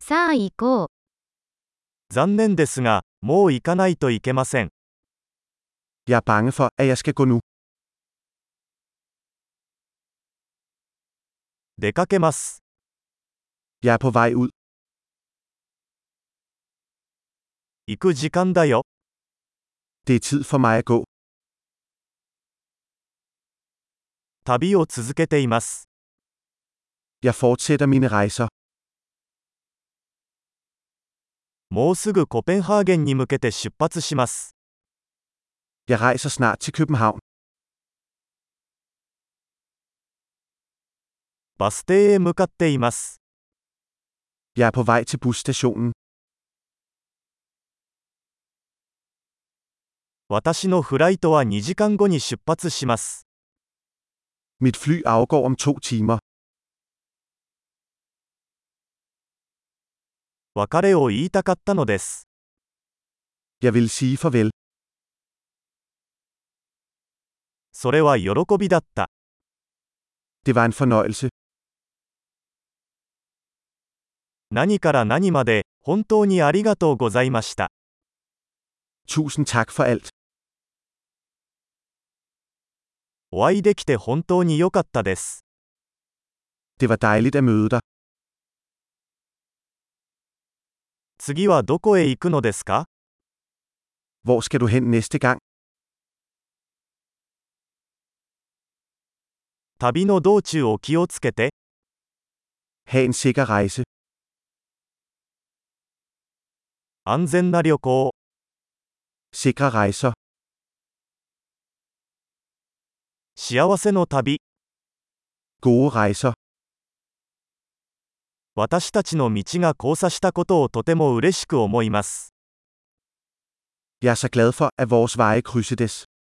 さあ行こう。残念ですが、もう行かないといけません。 Jeg er bange for, at jeg skal gå nu. 出かけます。 Jeg er på vej ud. 行く時間だよ。 Det er tid for mig at gå. 旅を続けています。 Jeg fortsætter mine rejser. もうすぐコペンハーゲンに向けて出発します。 Jeg rejser snart til København. バス停へ向かっています。 Jeg er på vej til busstationen. 私のフライトは2時間後に出発します。 Mit fly afgår om to timer. 別れを言いたかったのです。 Jeg vil sige farvel. それは喜びだった。 Det var en fornøjelse. 何から何まで、本当にありがとうございました。 Tusind tak for alt. お会いできて本当に良かったです。 Det var dejligt at møde dig. 次はどこへ行くのですか Hvor skal du hen næste gang? 旅の道中を気をつけて、 Ha' en sikker rejse. 安全な旅行を。 Sikre rejser. 幸せの旅、 Gode rejser. 私たちの道が交差したことをとても嬉しく思います。 Jeg er så glad for, at vores veje krydsedes.